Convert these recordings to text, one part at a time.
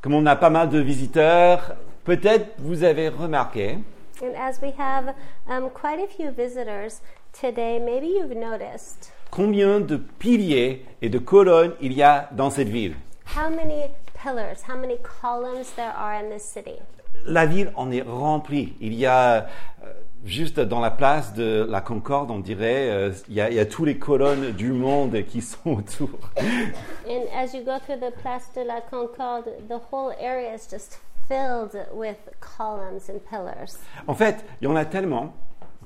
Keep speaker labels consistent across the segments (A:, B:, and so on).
A: comme on a pas mal de visiteurs, peut-être vous avez remarqué
B: And as we have um, quite a few visitors today, maybe you've noticed
A: combien de piliers et de colonnes il y a dans cette ville.
B: how many pillars, how many columns there are in this city.
A: La ville en est remplie. Il y a euh, juste dans la place de la Concorde, on dirait, euh, il y a, il y a toutes les colonnes du monde qui sont autour.
B: And as you go through the Place de la Concorde, the whole area is just filled with columns and pillars.
A: En fait, il y en a tellement,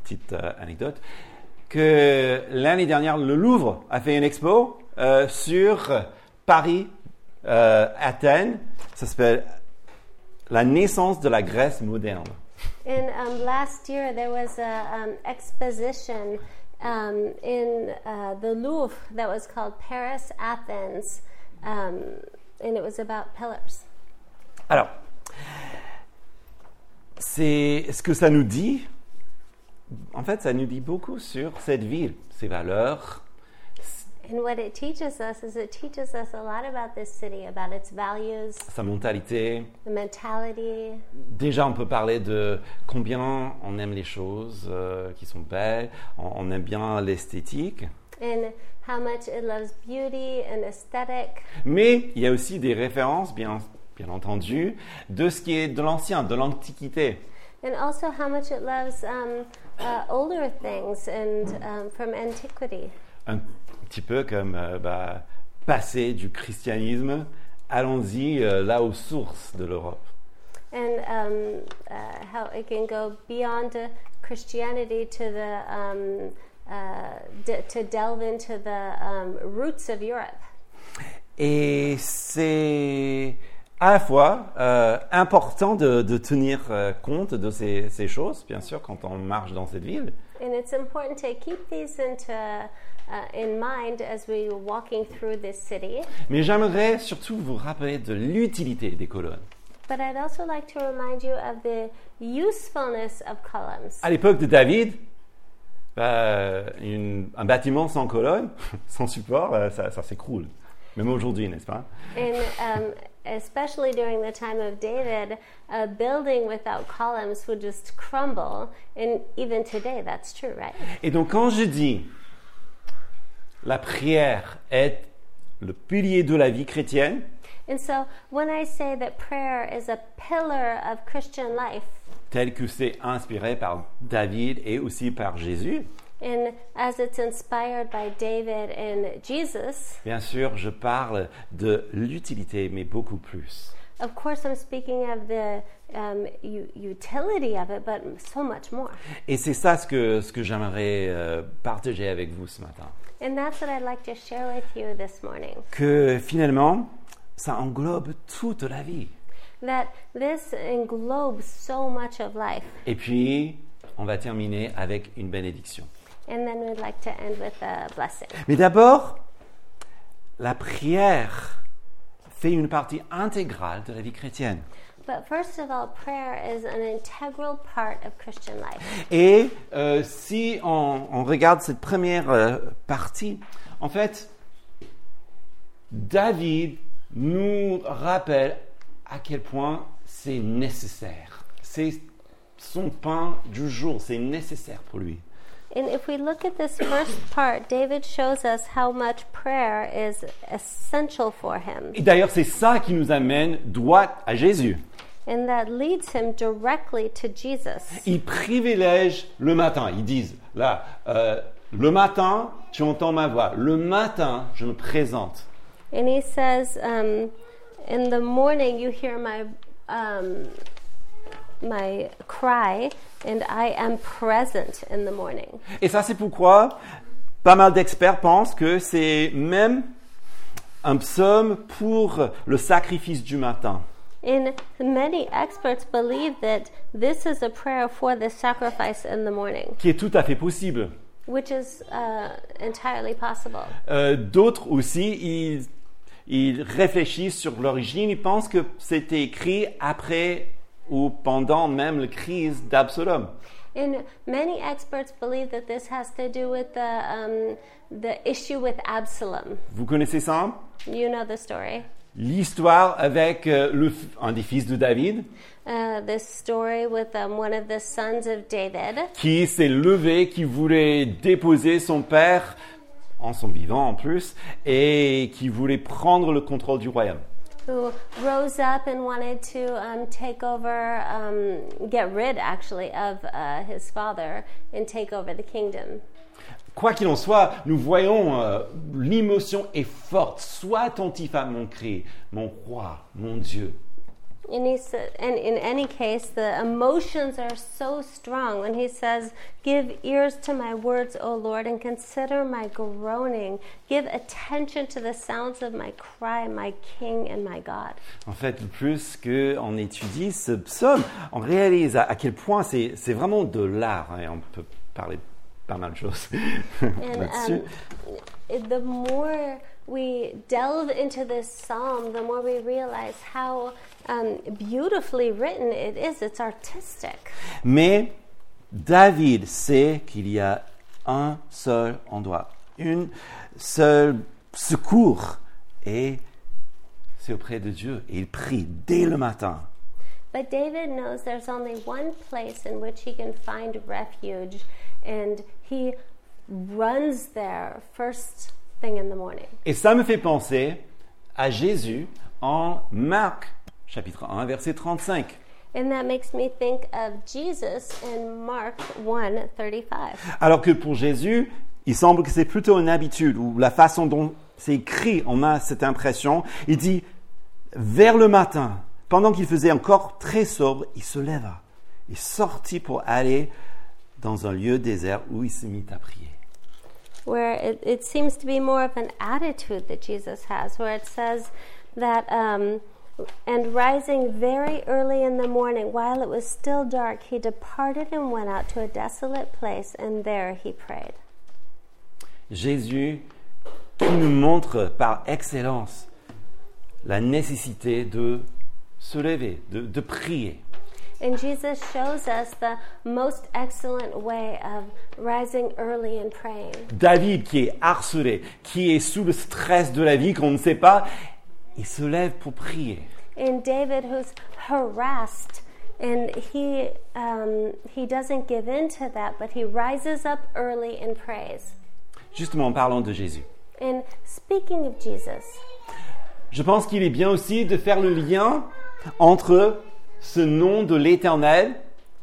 A: petite euh, anecdote, que l'année dernière, le Louvre a fait une expo euh, sur Paris, euh, Athènes. Ça s'appelle La naissance de la Grèce moderne.
B: And um, last year there was a um, exposition um, in uh, the Louvre that was called Paris Athens, um, and it was about pillars.
A: Alors, c'est ce que ça nous dit. En fait, ça nous dit beaucoup sur cette ville, ses valeurs,
B: And what it teaches us is it teaches us a lot about this city, about its values,
A: sa mentalité.
B: the mentality.
A: Déjà, on peut parler de combien on aime les choses euh, qui sont belles, on, on aime bien l'esthétique,
B: And how much it loves beauty and aesthetic.
A: mais il y a aussi des références, bien, bien entendu, de ce qui est de l'ancien, de l'antiquité.
B: And also how much it loves um, uh, older things and um, from antiquity.
A: Un petit peu comme euh, bah, passer du christianisme, allons-y euh, là aux sources de l'Europe.
B: And um, uh, how it can go beyond uh, Christianity to the um, uh, d- to delve into the um, roots of Europe.
A: Et c'est à la fois euh, important de, de tenir euh, compte de ces, ces choses, bien sûr, quand on marche dans cette ville.
B: And it's important to keep these into uh, in mind as we are walking through this city.
A: Mais j'aimerais surtout vous rappeler de l'utilité des colonnes.
B: But I'd also like to remind you of the usefulness of columns.
A: À l'époque de David, euh, une- un bâtiment sans colonne, sans support, euh, ça, ça s'écroule. Même aujourd'hui, n'est-ce pas
B: And um, especially during the time of David, a building without columns would just crumble. And even today, that's true, right?
A: Et donc quand je dis la prière est le pilier de la vie chrétienne,
B: And so when I say that prayer is a pillar of Christian life,
A: tel que c'est inspiré par David et aussi par Jésus,
B: and as it's inspired by David and Jesus,
A: bien sûr, je parle de l'utilité, mais beaucoup plus.
B: of course, I'm speaking of the um, u- utility of it, but so much more.
A: Et c'est ça ce que, ce que j'aimerais euh, partager avec vous ce matin.
B: And that's what I'd like to share with you this morning.
A: que finalement, ça englobe toute la vie.
B: That this englobes so much of life.
A: Et puis, on va terminer avec une bénédiction.
B: And then we'd like to end with a blessing.
A: Mais d'abord, la prière fait une partie intégrale de la vie chrétienne.
B: But first of all, prayer is an integral part of Christian life.
A: Et euh, si on, on regarde cette première euh, partie, en fait, David nous rappelle à quel point c'est nécessaire. C'est son pain du jour, c'est nécessaire pour lui.
B: And if we look at this first part, David shows us how much prayer is essential for him.
A: Et d'ailleurs, c'est ça qui nous amène droit à Jésus.
B: And that leads him directly to Jesus.
A: Ils privilègent le matin. Ils disent, là, euh, le matin, tu entends ma voix. Le matin, je me présente.
B: And he says, um, In the morning you hear my, um, my cry, and I am present in the morning.
A: Et ça, c'est pourquoi pas mal d'experts pensent que c'est même un psaume pour le sacrifice du matin.
B: And many experts believe that this is a prayer for the sacrifice in the morning,
A: qui est tout à fait possible.
B: which is uh, entirely possible.
A: Euh, D'autres aussi, ils, ils réfléchissent sur l'origine, ils pensent que c'était écrit après ou pendant même la crise d'Absalom.
B: And many experts believe that this has to do with the, um, the issue with Absalom.
A: Vous connaissez ça
B: You know the story.
A: l'histoire avec euh, le f- un des fils de David
B: Uh, this story with um, one of the sons of David
A: qui s'est levé, qui voulait déposer son père en son vivant en plus et qui voulait prendre le contrôle du royaume.
B: who rose up and wanted to um, take over, um, get rid actually of uh, his father and take over the kingdom.
A: Quoi qu'il en soit, nous voyons euh, l'émotion est forte. Sois attentif à mon cri, mon roi, mon Dieu.
B: And, he sa- and in any case, the emotions are so strong when he says, Give ears to my words, O Lord, and consider my groaning. Give attention to the sounds of my cry, my King and my God.
A: En fait, plus qu'on étudie ce psaume, on réalise à, à quel point c'est c'est vraiment de l'art. hein, et on peut parler pas mal de choses
B: And
A: là-dessus.
B: um, it- the more we delve into this psalm, the more we realize how um, beautifully written it is. It's artistic.
A: Mais David sait qu'il y a un seul endroit, une seule secours, et c'est auprès de Dieu. Et il prie dès le matin.
B: But David knows there's only one place in which he can find refuge, and he runs there first thing in the morning.
A: Et ça me fait penser à Jésus en Marc chapitre 1 verset 35.
B: And that makes me think of Jesus in Mark 1 35.
A: Alors que pour Jésus, il semble que c'est plutôt une habitude ou la façon dont c'est écrit, on a cette impression. Il dit vers le matin, pendant qu'il faisait encore très sobre, il se leva et sortit pour aller dans un lieu désert où il se mit à prier.
B: where it, it seems to be more of an attitude that Jesus has, where it says that, um, and rising very early in the morning, while it was still dark, he departed and went out to a desolate place, and there he prayed.
A: Jésus qui nous montre par excellence la nécessité de se lever, de- de prier.
B: And Jesus shows us the most excellent way of rising early and praying.
A: David qui est harcelé, qui est sous le stress de la vie qu'on ne sait pas, il se lève pour prier.
B: And David, who's harassed, and he um, he doesn't give in to that, but he rises up early and prays.
A: Justement en parlant de Jésus.
B: And speaking of Jesus,
A: Je pense qu'il est bien aussi de faire le lien entre ce nom de l'Éternel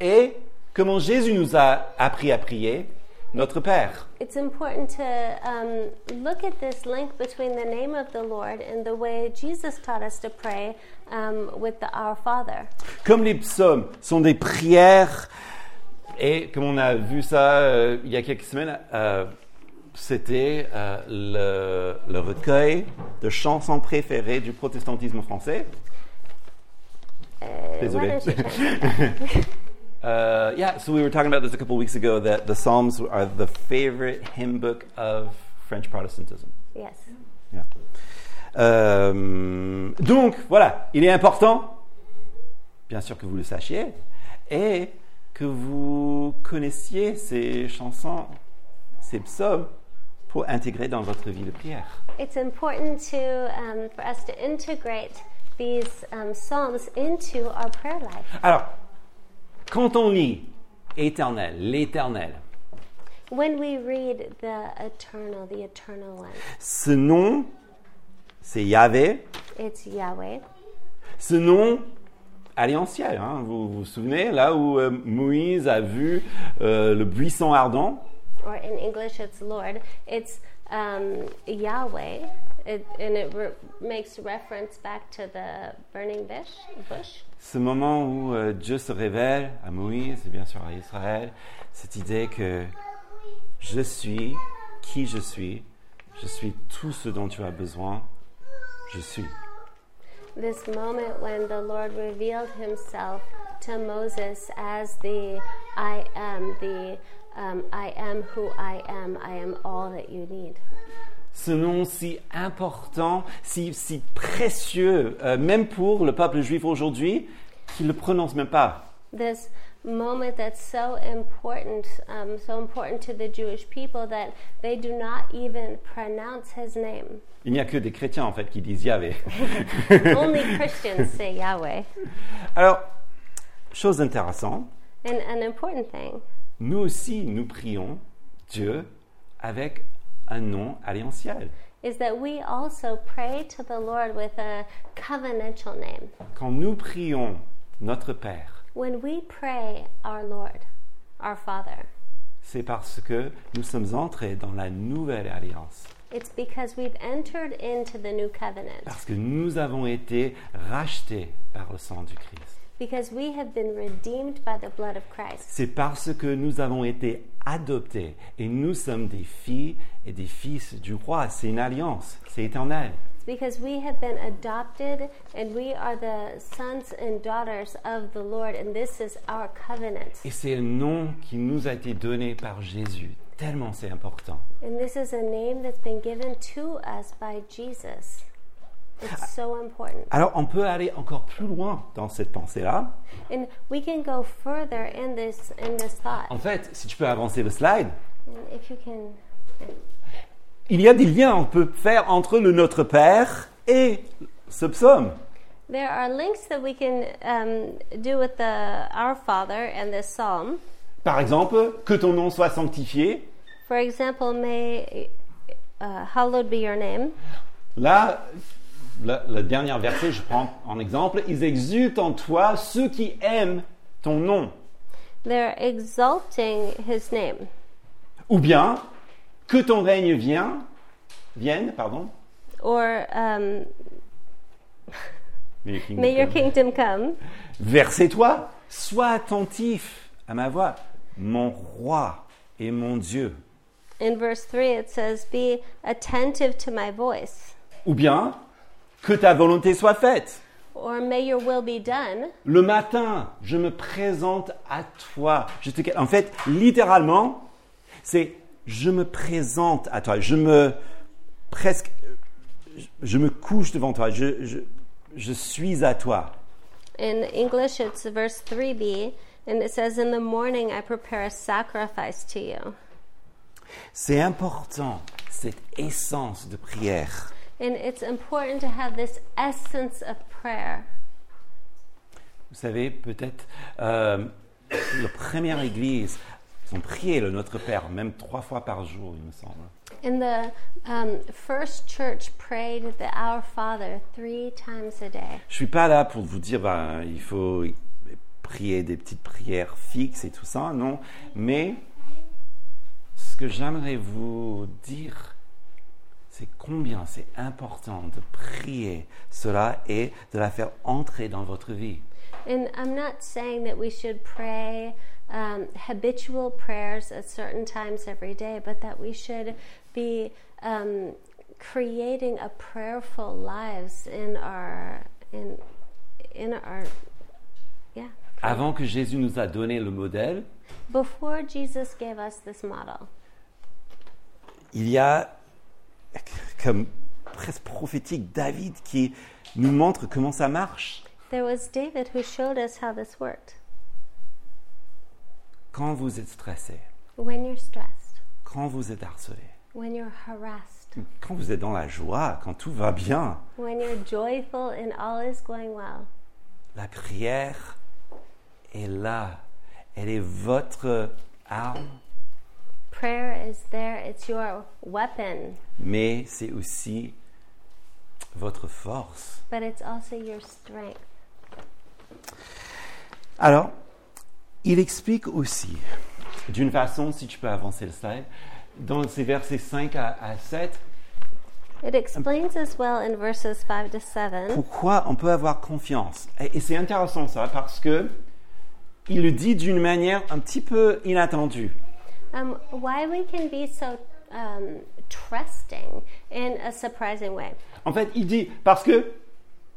A: et comment Jésus nous a appris à prier, notre Père.
B: it's important to um, look at this link between the name of the Lord and the way Jesus taught us to pray um, with the Our Father.
A: Comme les psaumes sont des prières, et comme on a vu ça euh, il y a quelques semaines, euh, c'était euh, le, le recueil de chansons préférées du protestantisme français.
B: Uh,
A: Désolé.
B: why don't you turn-
A: Uh, yeah, so we were talking about this a couple weeks ago that the Psalms are the favorite hymn book of French Protestantism.
B: yes.
A: Yeah. Euh, donc, voilà, il est important, bien sûr que vous le sachiez, et que vous connaissiez ces chansons, ces psaumes, pour intégrer dans votre vie de prière.
B: It's important to um, for us to integrate these um, psalms into our prayer life.
A: Alors, quand on lit Éternel, l'Éternel,
B: When we read the eternal, the eternal one,
A: ce nom, c'est Yahvé,
B: it's Yahweh.
A: ce nom alliantiel. hein. Vous, vous vous souvenez, là où euh, Moïse a vu euh, le buisson ardent,
B: or in English, it's Lord. It's um, Yahweh, it, and it re- makes reference back to the burning bush. Bush.
A: ce moment où euh, Dieu se révèle à Moïse et bien sûr à Israël, cette idée que je suis qui je suis, je suis tout ce dont tu as besoin, je suis.
B: This moment when the Lord revealed Himself to Moses as the I am, the um, I am who I am. I am all that you need.
A: Ce nom si important, si, si précieux, euh, même pour le peuple juif aujourd'hui, qui ne le prononce même pas.
B: This moment that's so important, um, so important to the Jewish people that they do not even pronounce his name.
A: Il n'y a que des chrétiens, en fait, qui disent Yahvé.
B: Only Christians say Yahweh.
A: Alors, chose intéressante,
B: And an important thing,
A: nous aussi, nous prions Dieu avec un nom alliantiel.
B: is that we also pray to the Lord with a covenantal name.
A: Quand nous prions notre Père,
B: When we pray our Lord, our Father,
A: c'est parce que nous sommes entrés dans la nouvelle alliance,
B: it's because we've entered into the new covenant,
A: parce que nous avons été rachetés par le sang du Christ.
B: because we have been redeemed by the blood of Christ.
A: C'est parce que nous avons été adoptés et nous sommes des filles et des fils du roi. C'est une alliance, c'est éternel.
B: It's because we have been adopted and we are the sons and daughters of the Lord, and this is our covenant.
A: Et c'est un nom qui nous a été donné par Jésus. Tellement c'est important.
B: And this is a name that's been given to us by Jesus. It's so important.
A: Alors on peut aller encore plus loin dans cette pensée-là.
B: And we can go further in this in this
A: En
B: thought.
A: fait, si tu peux avancer le slide,
B: And if you can
A: il y a des liens qu'on peut faire entre le Notre Père et ce psaume.
B: there are links that we can um, do with the Our Father and this psalm.
A: Par exemple, que ton nom soit sanctifié.
B: For example, may uh, hallowed be your name.
A: Là, le, le dernier verset, je prends en exemple, ils exultent en toi ceux qui aiment ton nom.
B: They're exalting his name.
A: Ou bien, que ton règne vienne, vienne, pardon.
B: Or um,
A: May your kingdom
B: may your
A: come.
B: kingdom come.
A: Versez-toi, sois attentif à ma voix, mon roi et mon Dieu.
B: In verse 3 it says, Be attentive to my voice.
A: Ou bien, que ta volonté soit faite.
B: Or may your will be done.
A: Le matin, je me présente à toi. Je te... En fait, littéralement, c'est je me présente à toi. Je me presque, je me couche devant toi. Je, je, je suis à toi.
B: In English, it's verse 3b, and it says, In the morning I prepare a sacrifice to you.
A: C'est important cette essence de prière.
B: And it's important to have this essence of prayer.
A: Vous savez, peut-être, euh, la première église, ils ont prié le Notre Père, même trois fois par jour, il me semble.
B: In the um, first church prayed the Our Father three times a day.
A: Je suis pas là pour vous dire, ben, il faut prier des petites prières fixes et tout ça, non. Mais ce que j'aimerais vous dire, c'est combien c'est important de prier cela et de la faire entrer dans votre vie.
B: And I'm not saying that we should pray um, habitual prayers at certain times every day, but that we should be um, creating a prayerful lives in our in in our yeah.
A: Avant que Jésus nous a donné le modèle,
B: Before Jesus gave us this model,
A: il y a comme presque prophétique David qui nous montre comment ça marche.
B: there was David who showed us how this worked.
A: Quand vous êtes stressé,
B: When you're stressed,
A: quand vous êtes harcelé,
B: when you're harassed,
A: quand vous êtes dans la joie, quand tout va bien,
B: when you're joyful and all is going well,
A: la prière est là. Elle est votre arme,
B: prayer is there. It's your weapon.
A: mais c'est aussi votre force.
B: but it's also your strength.
A: Alors, il explique aussi, d'une façon, si tu peux avancer le slide, dans ces versets 5 à, à 7,
B: It explains as well in verses 5 to 7
A: pourquoi on peut avoir confiance. Et, et c'est intéressant ça, parce que il le dit d'une manière un petit peu inattendue.
B: um, why we can be so um, trusting in a surprising way.
A: En fait, il dit parce que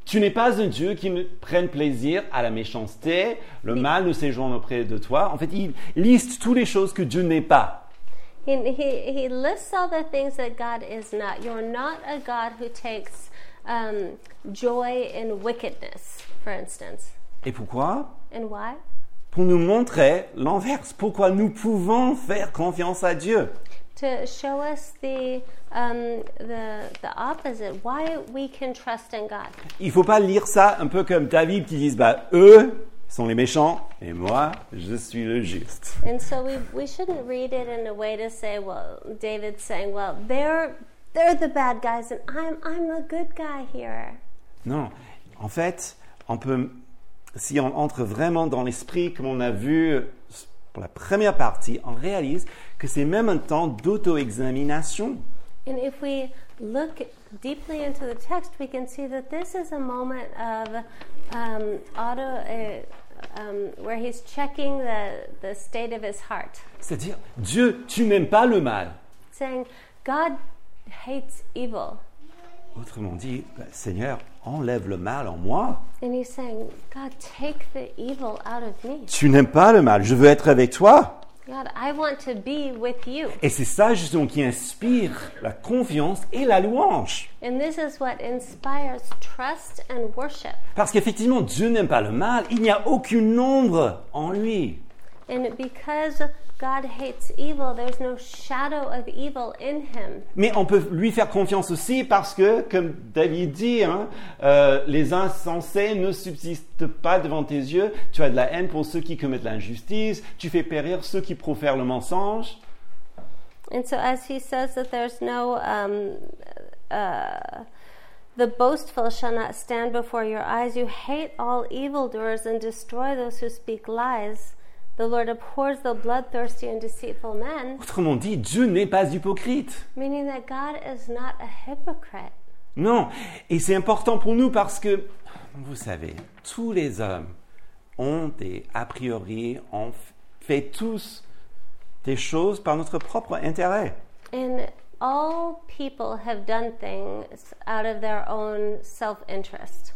A: tu n'es pas un Dieu qui ne prenne plaisir à la méchanceté, le mal ne séjourne auprès de toi. En fait, il liste toutes les choses que Dieu n'est pas.
B: He, he, he lists all the things that God is not. You're not a God who takes um, joy in wickedness, for instance.
A: Et pourquoi
B: And why?
A: pour nous montrer l'inverse, pourquoi nous pouvons faire confiance à Dieu.
B: to show us the um, the the opposite, why we can trust in God.
A: Il ne faut pas lire ça un peu comme David qui disent bah, eux sont les méchants et moi, je suis le juste.
B: And so we we shouldn't read it in a way to say, well, David's saying, well, they're they're the bad guys and I'm I'm the good guy here.
A: Non, en fait, on peut, si on entre vraiment dans l'esprit, comme on a vu euh, pour la première partie, on réalise que c'est même un temps d'auto-examination.
B: And if we look deeply into the text, we can see that this is a moment of um, auto, uh, um, where he's checking the, the state of his heart,
A: C'est-à-dire, Dieu, tu n'aimes pas le mal.
B: saying, God hates evil.
A: Autrement dit, bah, Seigneur, enlève le mal en moi.
B: And he's saying, God, take the evil out of me.
A: Tu n'aimes pas le mal, je veux être avec toi.
B: God, I want to be with you.
A: Et c'est ça justement qui inspire la confiance et la louange.
B: And this is what inspires trust and worship.
A: Parce qu'effectivement, Dieu n'aime pas le mal, il n'y a aucune ombre en lui.
B: And because God hates evil, there's no shadow of evil in him.
A: Mais on peut lui faire confiance aussi parce que, comme David dit, hein, euh, les insensés ne subsistent pas devant tes yeux, tu as de la haine pour ceux qui commettent l'injustice, tu fais périr ceux qui profèrent le mensonge.
B: And so, as he says that there's no, um, uh, the boastful shall not stand before your eyes. You hate all evildoers and destroy those who speak lies. The Lord abhors the bloodthirsty and deceitful men,
A: Autrement dit, Dieu n'est pas hypocrite.
B: meaning that God is not a hypocrite.
A: Non, et c'est important pour nous parce que, vous savez, tous les hommes ont des a priori, on f- fait tous des choses par notre propre intérêt.
B: And all people have done things out of their own self interest.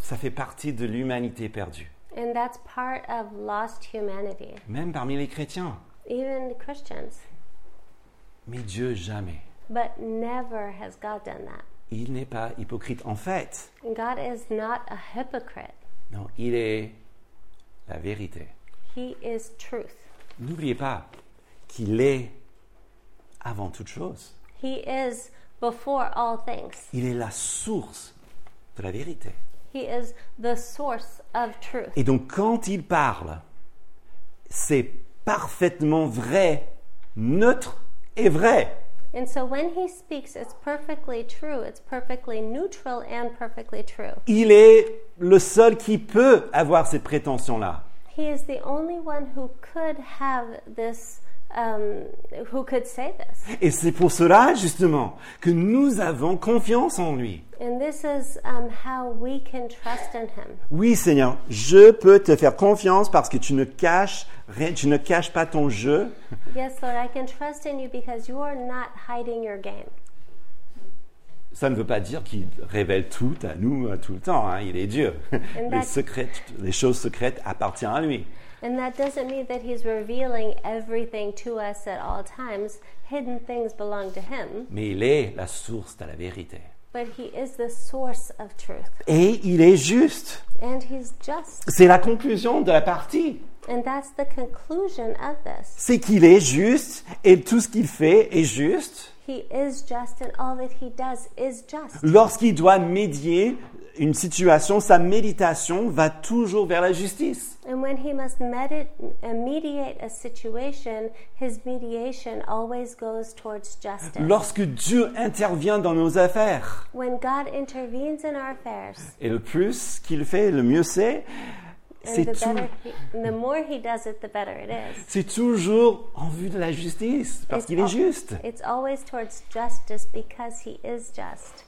A: Ça fait partie de l'humanité perdue,
B: And that's part of lost humanity,
A: même parmi les chrétiens.
B: even Christians.
A: Mais Dieu jamais.
B: But never has God done that.
A: Il n'est pas hypocrite. En fait,
B: God is not a hypocrite.
A: non, il est la vérité.
B: He is truth.
A: N'oubliez pas qu'il est avant toute chose.
B: He is before all things.
A: Il est la source de la vérité.
B: He is the source of truth.
A: Et donc quand il parle, c'est parfaitement vrai, neutre et vrai.
B: And so when he speaks, it's perfectly true. It's perfectly neutral and perfectly true.
A: Il est le seul qui peut avoir cette prétention-là.
B: He is the only one who could have this, um, who could say this.
A: Et c'est pour cela, justement, que nous avons confiance en lui.
B: And this is um, how we can trust in him.
A: Oui, Seigneur, je peux te faire confiance parce que tu ne caches rien, tu ne caches pas ton jeu.
B: Yes, Lord, I can trust in you because you are not hiding your game.
A: Ça ne veut pas dire qu'il révèle tout à nous euh, tout le temps. hein, il est Dieu. Les,
B: that-
A: secrets, les choses secrètes appartiennent à lui.
B: And that doesn't mean that he's revealing everything to us at all times. Hidden things belong to him,
A: Mais il est la source de la vérité.
B: but he is the source of truth.
A: Et il est juste.
B: And he's just.
A: C'est la conclusion de la partie.
B: And that's the conclusion of this.
A: C'est qu'il est juste et tout ce qu'il fait est juste.
B: He is just, and all that he does is just.
A: Lorsqu'il doit médier une situation, sa méditation va toujours vers la justice.
B: And when he must medit- uh, mediate a situation, his mediation always goes towards justice.
A: Lorsque Dieu intervient dans nos affaires,
B: When God intervenes in our affairs,
A: Et le plus qu'il fait, le mieux c'est. C'est
B: and the,
A: tout-
B: better he, and the more he does it, the better it is.
A: c'est toujours en vue de la justice, parce
B: It's
A: qu'il est
B: al-
A: juste.
B: It's always towards justice because he is just.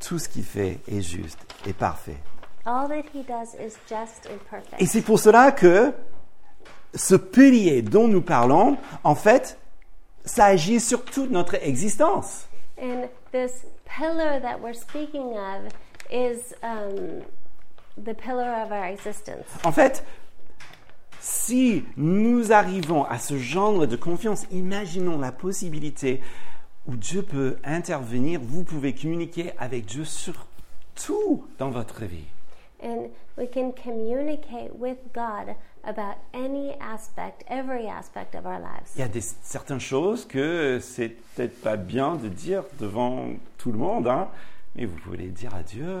A: Tout ce qu'il fait est juste et parfait.
B: All that he does is just and
A: Et
B: perfect.
A: c'est pour cela que ce pilier dont nous parlons, en fait, ça agit sur toute notre existence.
B: And this pillar that we're speaking of is um, the pillar of our existence.
A: En fait, si nous arrivons à ce genre de confiance, imaginons la possibilité où Dieu peut intervenir, vous pouvez communiquer avec Dieu sur tout dans votre vie.
B: and we can communicate with God about any aspect, every aspect of our lives.
A: Il y a des, certaines choses que c'est peut-être pas bien de dire devant tout le monde, hein, mais vous pouvez les dire à Dieu.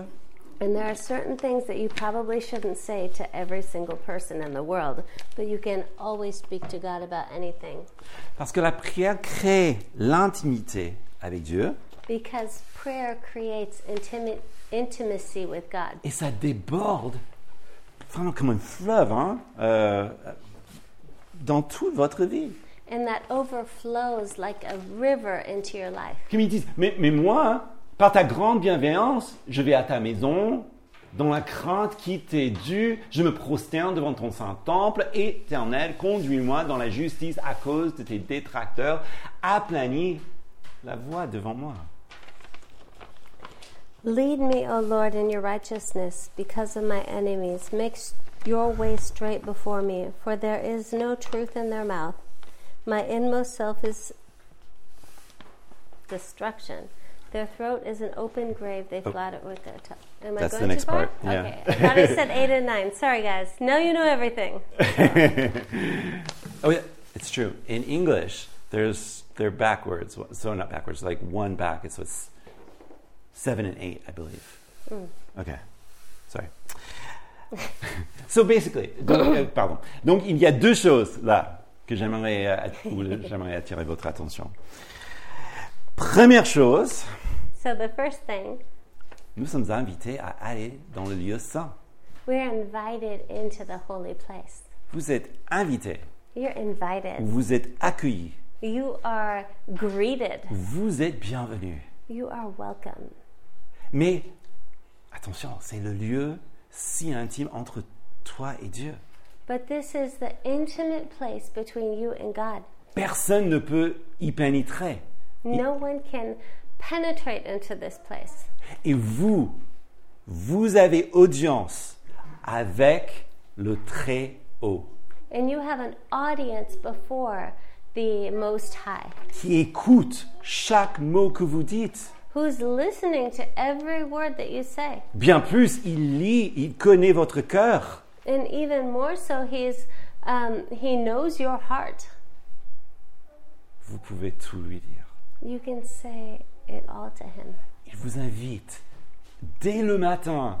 B: And there are certain things that you probably shouldn't say to every single person in the world, but you can always speak to God about anything
A: Parce que la prière crée l'intimité avec Dieu
B: because prayer creates intimi- intimacy with God.
A: et ça déborde vraiment comme un fleuve hein, euh, dans toute votre vie.
B: And that overflows like a river into your life.
A: Comme ils disent, mais, mais moi, hein, par ta grande bienveillance, je vais à ta maison, dans la crainte qui t'est due, je me prosterne devant ton saint temple, éternel, conduis-moi dans la justice à cause de tes détracteurs, aplanis la voie devant moi.
B: Lead me, O Lord, in your righteousness because of my enemies. Make s- your way straight before me, for there is no truth in their mouth. My inmost self is destruction. Their throat is an open grave. They flout it with their tongue. Am
A: Oh. That's
B: I
A: the
B: going
A: next
B: too far?
A: part, yeah.
B: Okay. I thought I said eight and nine. Sorry, guys. Now you know everything.
A: Oh yeah, it's true. In English, there's they're backwards. So not backwards, like one back. So it's seven and eight, I believe. Okay, sorry. so basically, donc, euh, pardon. Donc il y a deux choses là que j'aimerais euh, att- où j'aimerais attirer votre attention. Première chose,
B: So the first thing,
A: nous sommes invités à aller dans le lieu saint.
B: we're invited into the holy place.
A: Vous êtes invités,
B: You're invited.
A: vous êtes accueillis,
B: You are greeted.
A: vous êtes bienvenus.
B: You are welcome.
A: Mais attention, c'est le lieu si intime entre toi et Dieu.
B: But this is the intimate place between you and God.
A: Personne ne peut y pénétrer.
B: No one can penetrate into this place.
A: Et vous, vous avez audience avec le Très Haut,
B: And you have an audience before the Most High
A: qui écoute chaque mot que vous dites.
B: who's listening to every word that you say.
A: Bien plus, il lit, il connaît votre cœur.
B: And even more so, he's, um, he knows your heart.
A: Vous pouvez tout lui dire.
B: You can say it all to him.
A: Il vous invite dès le matin,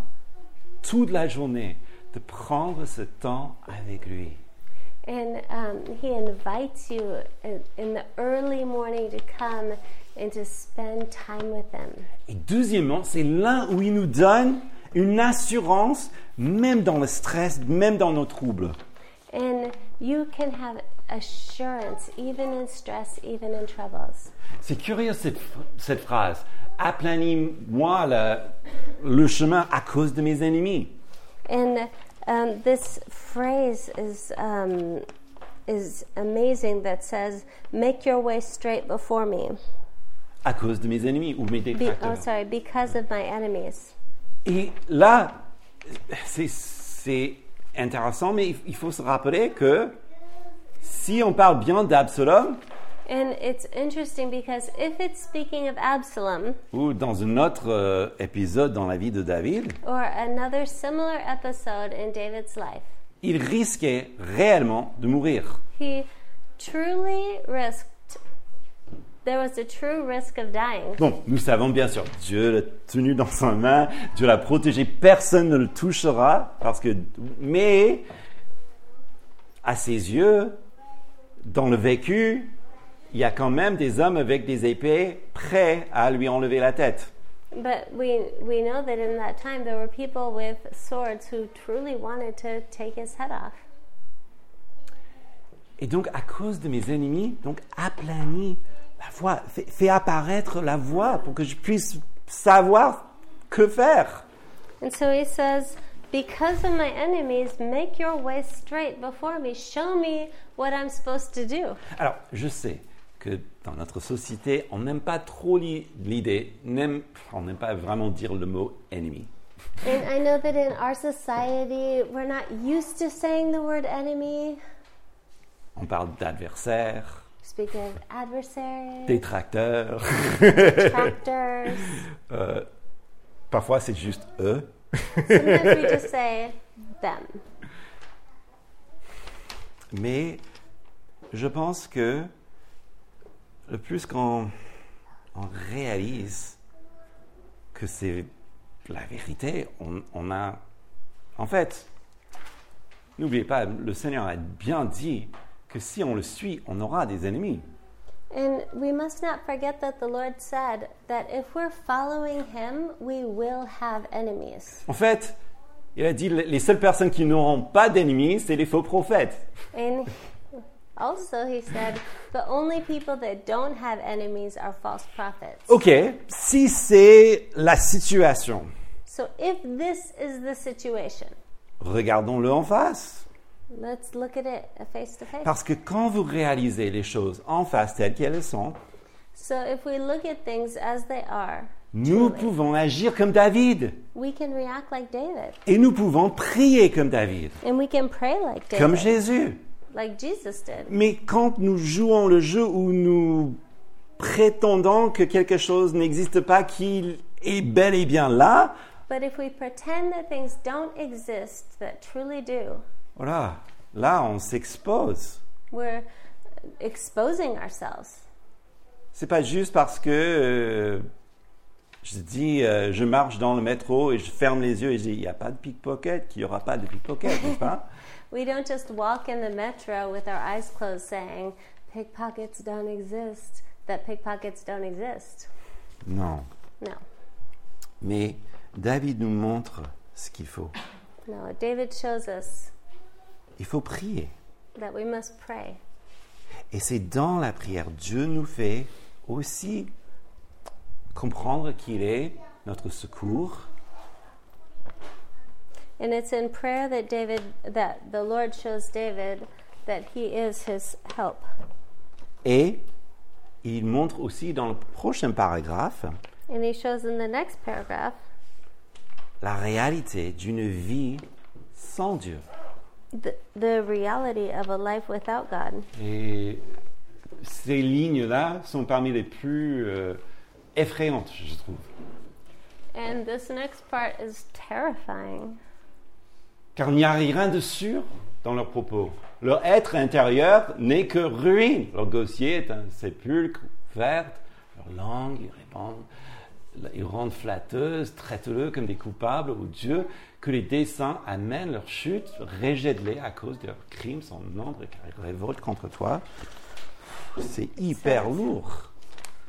A: toute la journée, de prendre ce temps avec lui.
B: And um, he invites you in, in the early morning to come and to spend time with him.
A: Et deuxièmement, c'est là où il nous donne une assurance, même dans le stress, même dans nos troubles.
B: And you can have assurance even in stress, even in troubles.
A: C'est curieux cette, cette phrase. Aplanis-moi le, le chemin à cause de mes ennemis.
B: And um, this phrase is um, is amazing that says, "Make your way straight before me."
A: À cause de mes ennemis ou mes
B: Be- oh,
A: détracteurs.
B: sorry, because of my enemies.
A: Et là, c'est- c'est intéressant, mais il- il faut se rappeler que si on parle bien d'Absalom,
B: And it's interesting because if it's speaking of Absalom
A: ou dans un autre euh, épisode dans la vie de David,
B: or another similar episode in David's life,
A: il risquait réellement de mourir.
B: he truly risked. There was a true risk of dying.
A: Bon, nous savons bien sûr, Dieu l'a tenu dans sa main, Dieu l'a protégé, personne ne le touchera, parce que, mais, à ses yeux, dans le vécu, il y a quand même des hommes avec des épées prêts à lui enlever la tête.
B: But we we know that in that time there were people with swords who truly wanted to take his head off.
A: Et donc, à cause de mes ennemis, donc aplanis la voix, fais, fais apparaître la voix pour que je puisse savoir que faire.
B: And so he says, "Because of my enemies, make your way straight before me. Show me what I'm supposed to do."
A: Alors, je sais que dans notre société, on n'aime pas trop li- l'idée, n'aime- on n'aime pas vraiment dire le mot ennemi.
B: And I know that in our society, we're not used to saying the word enemy.
A: On parle d'adversaire,
B: Speak of adversaries,
A: détracteur.
B: detractors.
A: euh, parfois, c'est juste eux.
B: Sometimes we just say them.
A: Mais je pense que le plus qu'on on réalise que c'est la vérité, on, on a... En fait, n'oubliez pas, le Seigneur a bien dit que si on le suit, on aura des ennemis.
B: And we must not forget that the Lord said that if we're following Him, we will have enemies.
A: En fait, il a dit les les seules personnes qui n'auront pas d'ennemis, c'est les faux prophètes.
B: And also, He said, the only people that don't have enemies are false prophets.
A: Ok, si c'est la situation,
B: So if this is the situation,
A: regardons-le en face.
B: let's look at it face to face.
A: Parce que quand vous réalisez les choses en face telles qu'elles sont,
B: So if we look at things as they are,
A: nous
B: truly,
A: pouvons agir comme David
B: we can react like David
A: et nous pouvons prier comme David,
B: and we can pray like David,
A: comme Jésus.
B: like Jesus did.
A: Mais quand nous jouons le jeu où nous prétendons que quelque chose n'existe pas, qu'il est bel et bien là,
B: But if we pretend that things don't exist that truly do,
A: voilà, là on s'expose.
B: we're exposing ourselves.
A: C'est pas juste parce que euh, je dis, euh, je marche dans le métro et je ferme les yeux et je dis, il n'y a pas de pickpocket, qu'il n'y aura pas de pickpocket, n'est-ce pas
B: We don't just walk in the metro with our eyes closed saying, pickpockets don't exist, that pickpockets don't exist.
A: Non.
B: No,
A: Mais David nous montre ce qu'il faut.
B: no. David shows us
A: Il faut prier.
B: that we must pray.
A: Et c'est dans la prière, Dieu nous fait aussi comprendre qu'il est notre secours,
B: And it's in prayer that David, that the Lord shows David that he is his help.
A: et il montre aussi dans le prochain paragraphe
B: And he shows in the next paragraph
A: la réalité d'une vie sans Dieu.
B: the, the reality of a life without God.
A: Et ces lignes-là sont parmi les plus euh, effrayantes, je trouve.
B: And this next part is terrifying
A: Car il n'y a rien de sûr dans leurs propos. Leur être intérieur n'est que ruine. Leur dossier est un sépulcre ouverte. Leur langue, ils répandent, ils rendent flatteuse. Traite-le comme des coupables aux dieux. Que les desseins amènent leur chute. Rejette-les à cause de leurs crimes sans nombre car ils révoltent contre toi. C'est hyper lourd.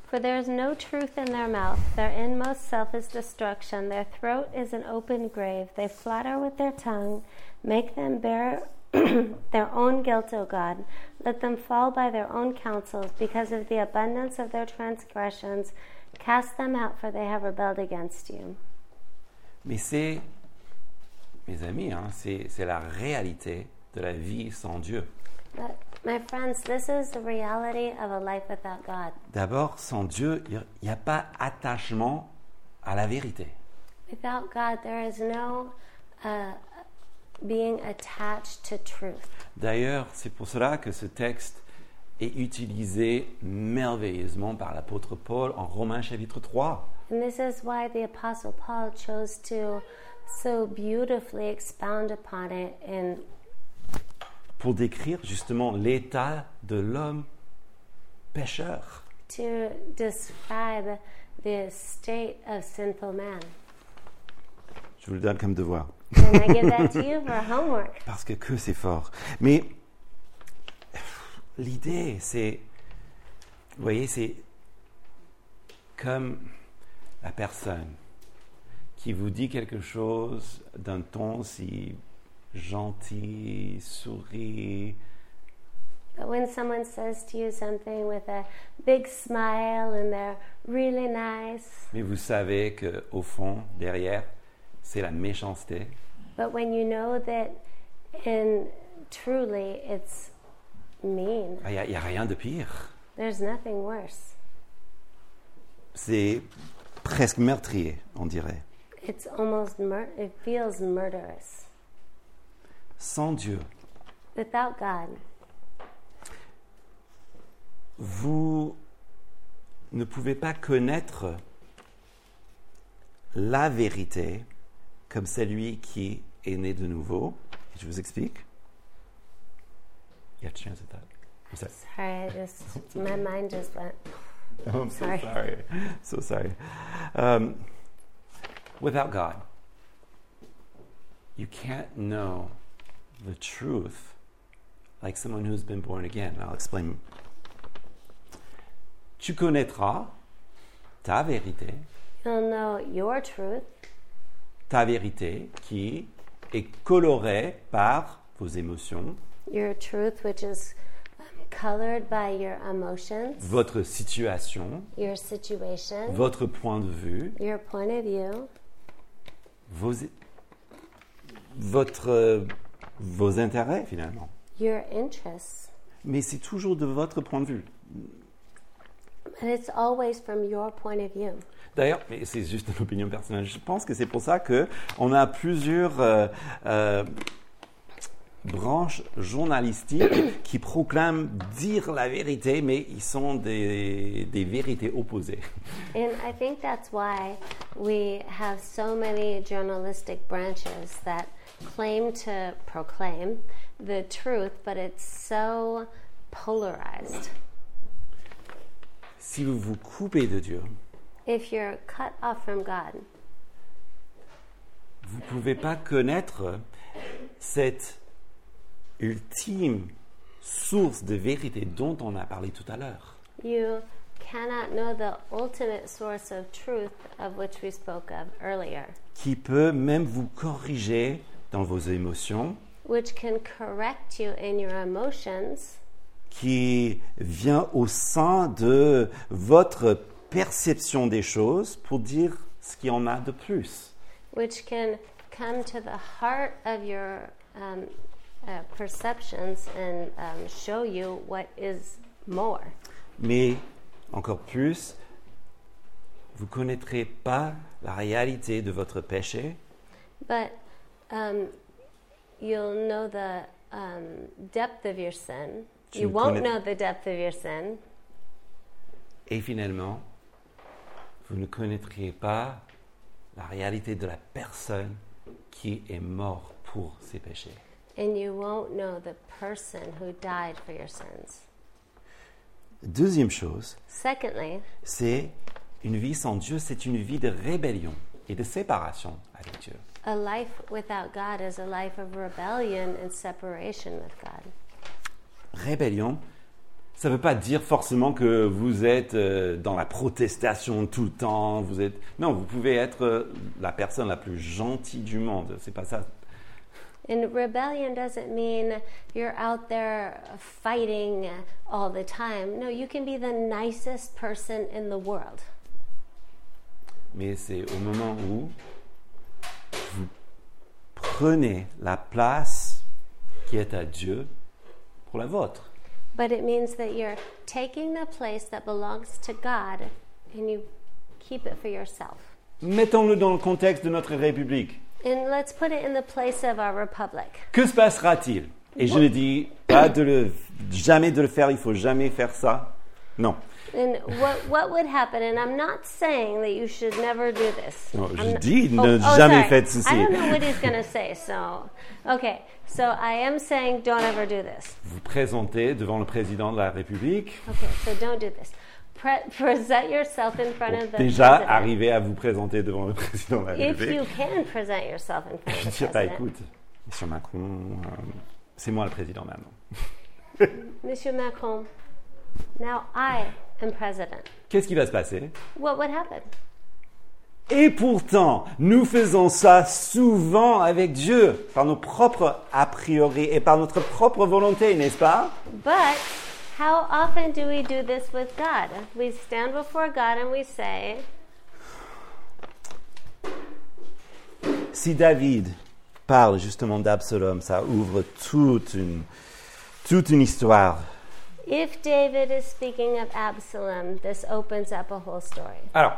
B: For there is no truth in their mouth. Their inmost self is destruction. Their throat is an open grave. They flatter with their tongue. Make them bear their own guilt, O God. Let them fall by their own counsels. Because of the abundance of their transgressions, cast them out, for they have rebelled against you.
A: Mais c'est, mes amis, hein, c'est c'est la réalité de la vie sans Dieu.
B: But, my friends, this is the reality of a life without God.
A: D'abord, sans Dieu, il n'y a pas attachement à la vérité.
B: Without God, there is no uh, being attached to truth.
A: D'ailleurs, c'est pour cela que ce texte est utilisé merveilleusement par l'apôtre Paul en Romains chapitre 3.
B: And this is why the Apostle Paul chose to so beautifully expound upon it in,
A: pour décrire justement l'état de l'homme pécheur.
B: to describe the state of sinful man.
A: Je vous le donne comme devoir.
B: And I give that to you for homework.
A: Parce que que c'est fort. Mais l'idée, c'est, vous voyez, c'est comme la personne qui vous dit quelque chose d'un ton si gentil, sourit,
B: But when someone says to you something with a big smile and they're really nice,
A: mais vous savez que au fond, derrière, c'est la méchanceté.
B: but when you know that in truly it's mean,
A: Ah, Il n'y a rien de pire.
B: there's nothing worse.
A: C'est presque meurtrier, on dirait.
B: It's almost mur- it feels murderous.
A: Sans Dieu,
B: Without God,
A: vous ne pouvez pas connaître la vérité comme celui qui est né de nouveau. Et je vous explique. You have to translate that. I'm sorry.
B: Sorry, I just my mind just went.
A: I'm so
B: Sorry.
A: sorry. So sorry. Um, without God, you can't know the truth like someone who's been born again. I'll explain. Tu connaîtras ta vérité,
B: You'll know your truth,
A: ta vérité qui est colorée par vos émotions,
B: your truth which is um, colored by your emotions,
A: votre situation,
B: your situation,
A: votre point de vue,
B: your point of view,
A: vos, votre, vos intérêts finalement.
B: your interests.
A: mais c'est toujours de votre point de vue.
B: But it's always from your point of view.
A: D'ailleurs, mais c'est juste une opinion personnelle. Je pense que c'est pour ça que on a plusieurs euh, euh, branches journalistiques qui proclament dire la vérité, mais ils sont des, des vérités opposées.
B: And I think that's why we have so many journalistic branches that claim to proclaim the truth, but it's so polarized.
A: Si vous vous coupez de Dieu,
B: If you're cut off from God,
A: vous ne pouvez pas connaître cette ultime source de vérité dont on a parlé tout à l'heure.
B: you cannot know the ultimate source of truth of which we spoke of earlier,
A: qui peut même vous corriger dans vos émotions,
B: which can correct you in your emotions,
A: qui vient au sein de votre perception des choses pour dire ce qu'il y en a de plus.
B: which can come to the heart of your um, uh, perceptions and um, show you what is more.
A: Mais encore plus, vous ne connaîtrez pas la réalité de votre péché
B: But um, you'll know the um, depth of your sin.
A: Tu
B: you
A: ne
B: won't
A: connais-
B: know the depth of your sin.
A: et finalement, vous ne connaîtrez pas la réalité de la personne qui est morte pour ses péchés.
B: And you won't know the person who died for your sins.
A: Deuxième chose,
B: Secondly,
A: c'est une vie sans Dieu, c'est une vie de rébellion et de séparation avec Dieu.
B: a life without God is a life of rebellion and separation with God.
A: Rébellion, ça ne veut pas dire forcément que vous êtes euh, dans la protestation tout le temps. Vous êtes non, vous pouvez être euh, la personne la plus gentille du monde. C'est pas ça.
B: And rebellion doesn't mean you're out there fighting all the time. No, you can be the nicest person in the world.
A: Mais c'est au moment où vous prenez la place qui est à Dieu pour la vôtre.
B: But it means that you're taking the place that belongs to God and you keep it for yourself.
A: Mettons-le dans le contexte de notre République.
B: And let's put it in the place of our republic.
A: Que se passera-t-il Et je ne dis pas de le, jamais de le faire, il faut jamais faire ça. Non.
B: And what, what would happen? And I'm not saying that you should never do this.
A: No,
B: I'm
A: je
B: not- Oh,
A: dis ne jamais faites ceci.
B: I don't know what he's going to say. So, okay. So I am saying don't ever do this.
A: Vous présentez devant le président de la République.
B: Okay. So don't do this. Pre- present yourself in front of the
A: Déjà
B: president.
A: arrivé à vous présenter devant le président de la
B: If you
A: République.
B: can present yourself in front
A: Je
B: of the
A: dis bah
B: president.
A: écoute, Monsieur Macron, euh, c'est moi le président maintenant.
B: Monsieur Macron, now I am president.
A: Qu'est-ce qui va se passer
B: What would happen?
A: Et pourtant, nous faisons ça souvent avec Dieu, par nos propres a priori et par notre propre volonté, n'est-ce pas
B: But how often do we do this with God? We stand before God and we say,
A: si David parle justement d'Absalom, ça ouvre toute une, toute une histoire.
B: if David is speaking of Absalom, this opens up a whole story.
A: Alors,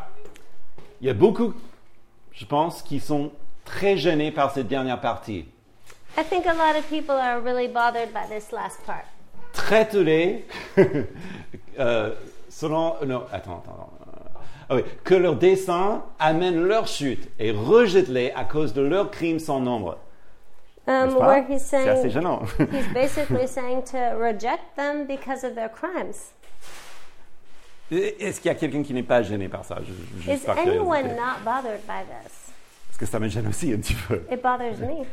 A: il y a beaucoup, je pense, qui sont très gênés par cette dernière partie.
B: I think a lot of people are really bothered by this last part.
A: Traite-les euh, selon... Non, attends, attends. attends. Ah oui, que leurs desseins amènent leur chute et rejette-les à cause de leurs crimes sans nombre.
B: Um,
A: N'est-ce pas?
B: where he's
A: C'est assez
B: saying,
A: gênant.
B: he's basically saying to reject them because of their crimes.
A: Est-ce qu'il y a quelqu'un qui n'est pas gêné par ça Je- je- juste
B: Is
A: par curiosité.
B: anyone not bothered by this?
A: Parce que ça me gêne aussi un petit peu.
B: It bothers me.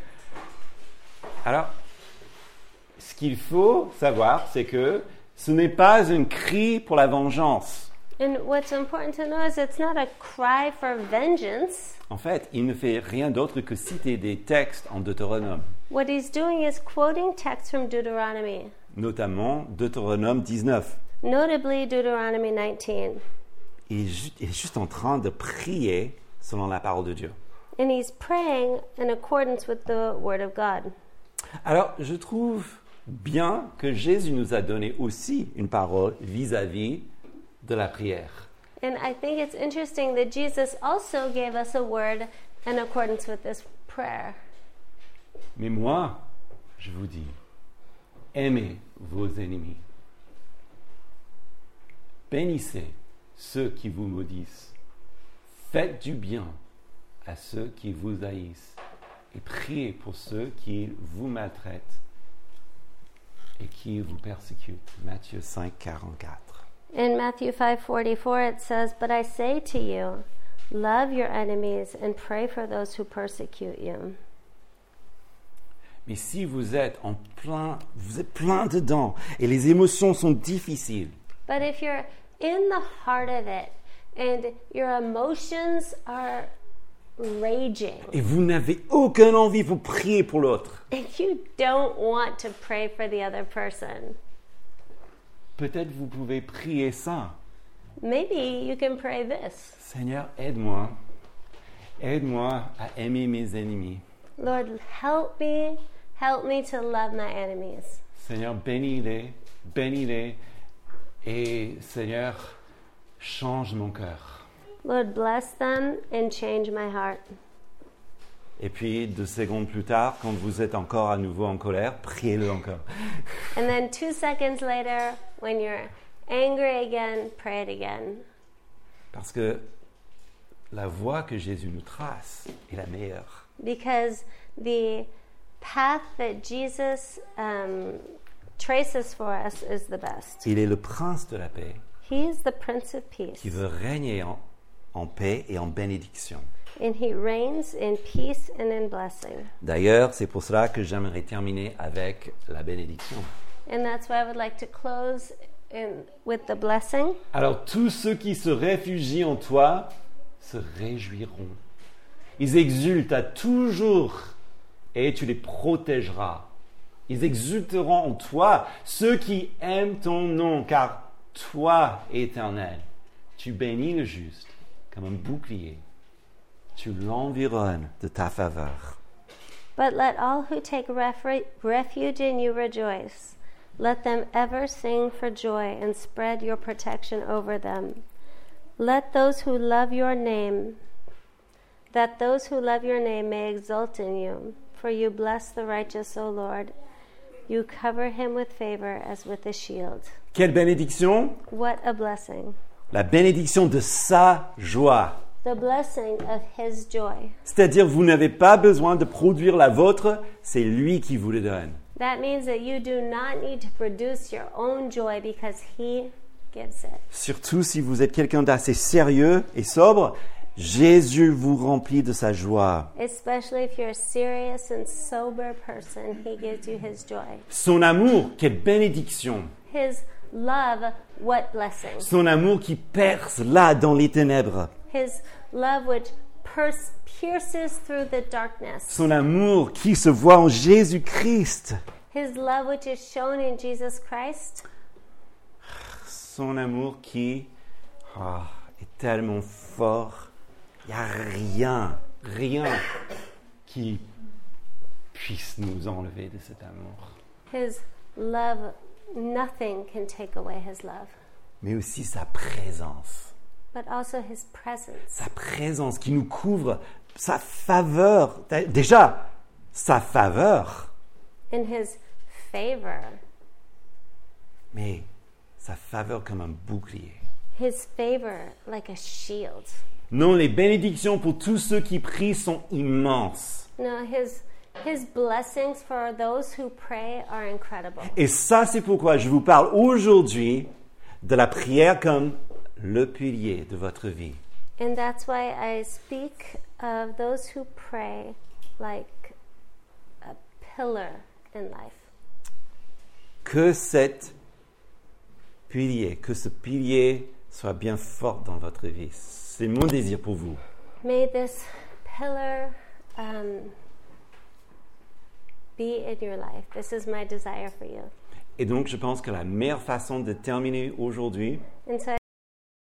A: Alors, ce qu'il faut savoir, c'est que ce n'est pas un cri pour la vengeance.
B: And what's important to know is it's not a cry for vengeance.
A: En fait, il ne fait rien d'autre que citer des textes en Deutéronome,
B: What he's doing is quoting texts from Deuteronomy,
A: notamment Deutéronome 19.
B: notably Deuteronomy 19.
A: Il est, ju- il est juste en train de prier selon la parole de Dieu.
B: And he's praying in accordance with the Word of God.
A: Alors, je trouve bien que Jésus nous a donné aussi une parole vis-à-vis de la prière.
B: And I think it's interesting that Jesus also gave us a word in accordance with this prayer.
A: Mais moi, je vous dis, aimez vos ennemis. Bénissez ceux qui vous maudissent. Faites du bien à ceux qui vous haïssent. Et priez pour ceux qui vous maltraitent et qui vous persécutent. Matthieu 5, 44.
B: In Matthew 5:44 it says, "But I say to you, love your enemies and pray for those who persecute you."
A: Mais si vous êtes en plein, vous êtes plein dedans et les émotions sont difficiles,
B: But if you're in the heart of it and your emotions are raging,
A: et vous n'avez aucune envie, vous priez pour l'autre.
B: if you don't want to pray for the other person,
A: Peut-être vous pouvez prier ça.
B: maybe you can pray this.
A: Seigneur, aide-moi. Aide-moi à aimer mes ennemis.
B: Lord, help me, help me to love my enemies.
A: Seigneur, bénis-les, bénis-les. Et Seigneur, change mon cœur.
B: Lord, bless them and change my heart.
A: Et puis, deux secondes plus tard, quand vous êtes encore à nouveau en colère, priez-le encore.
B: And then 2 seconds later, when you're angry again, pray it again.
A: Parce que la voie que Jésus nous trace est la meilleure.
B: because the path that Jesus um, traces for us is the best.
A: Il est le prince de la paix
B: He is the Prince of Peace,
A: qui veut régner en- en paix et en bénédiction.
B: and He reigns in peace and in blessing.
A: D'ailleurs, c'est pour cela que j'aimerais terminer avec la bénédiction.
B: And that's why I would like to close in, with the blessing.
A: Alors tous ceux qui se réfugient en toi se réjouiront. Ils exultent à toujours et tu les protégeras. Ils exulteront en toi ceux qui aiment ton nom, car toi, éternel, tu bénis le juste comme un bouclier. Tu l'environnes de ta faveur.
B: But let all who take refre- refuge in you rejoice. Let them ever sing for joy and spread your protection over them. Let those who love your name, that those who love your name may exult in you. For you bless the righteous, O Lord. You cover him with favor as with a shield.
A: Quelle bénédiction
B: What a blessing!
A: La bénédiction de sa joie.
B: The blessing of his joy.
A: C'est-à-dire, vous n'avez pas besoin de produire la vôtre, c'est lui qui vous le donne.
B: That means that you do not need to produce your own joy because he gives it.
A: Surtout si vous êtes quelqu'un d'assez sérieux et sobre, Jésus vous remplit de sa joie.
B: Especially if you're a serious and sober person, he gives you his joy.
A: Son amour, quelle bénédiction.
B: His love, what blessing.
A: Son amour qui perce là dans les ténèbres.
B: His love which perce- pierces through the darkness.
A: Son amour qui se voit en Jésus-Christ.
B: His love which is shown in Jesus Christ.
A: Son amour qui ah, est tellement fort, il n'y a rien, rien qui puisse nous enlever de cet amour.
B: His love, nothing can take away his love,
A: Mais aussi sa présence.
B: but also his presence.
A: sa présence qui nous couvre, sa faveur, déjà sa faveur,
B: In his favor,
A: mais sa faveur comme un bouclier.
B: His favor like a shield.
A: Non, les bénédictions pour tous ceux qui prient sont immenses.
B: No, his his blessings for those who pray are incredible.
A: Et ça, c'est pourquoi je vous parle aujourd'hui de la prière comme le pilier de votre vie.
B: And that's why I speak of those who pray like a pillar in life.
A: Que cet pilier, que ce pilier soit bien fort dans votre vie. C'est mon désir pour vous.
B: May this pillar um, be in your life. This is my desire for you.
A: Et donc, je pense que la meilleure façon de terminer aujourd'hui,
B: And so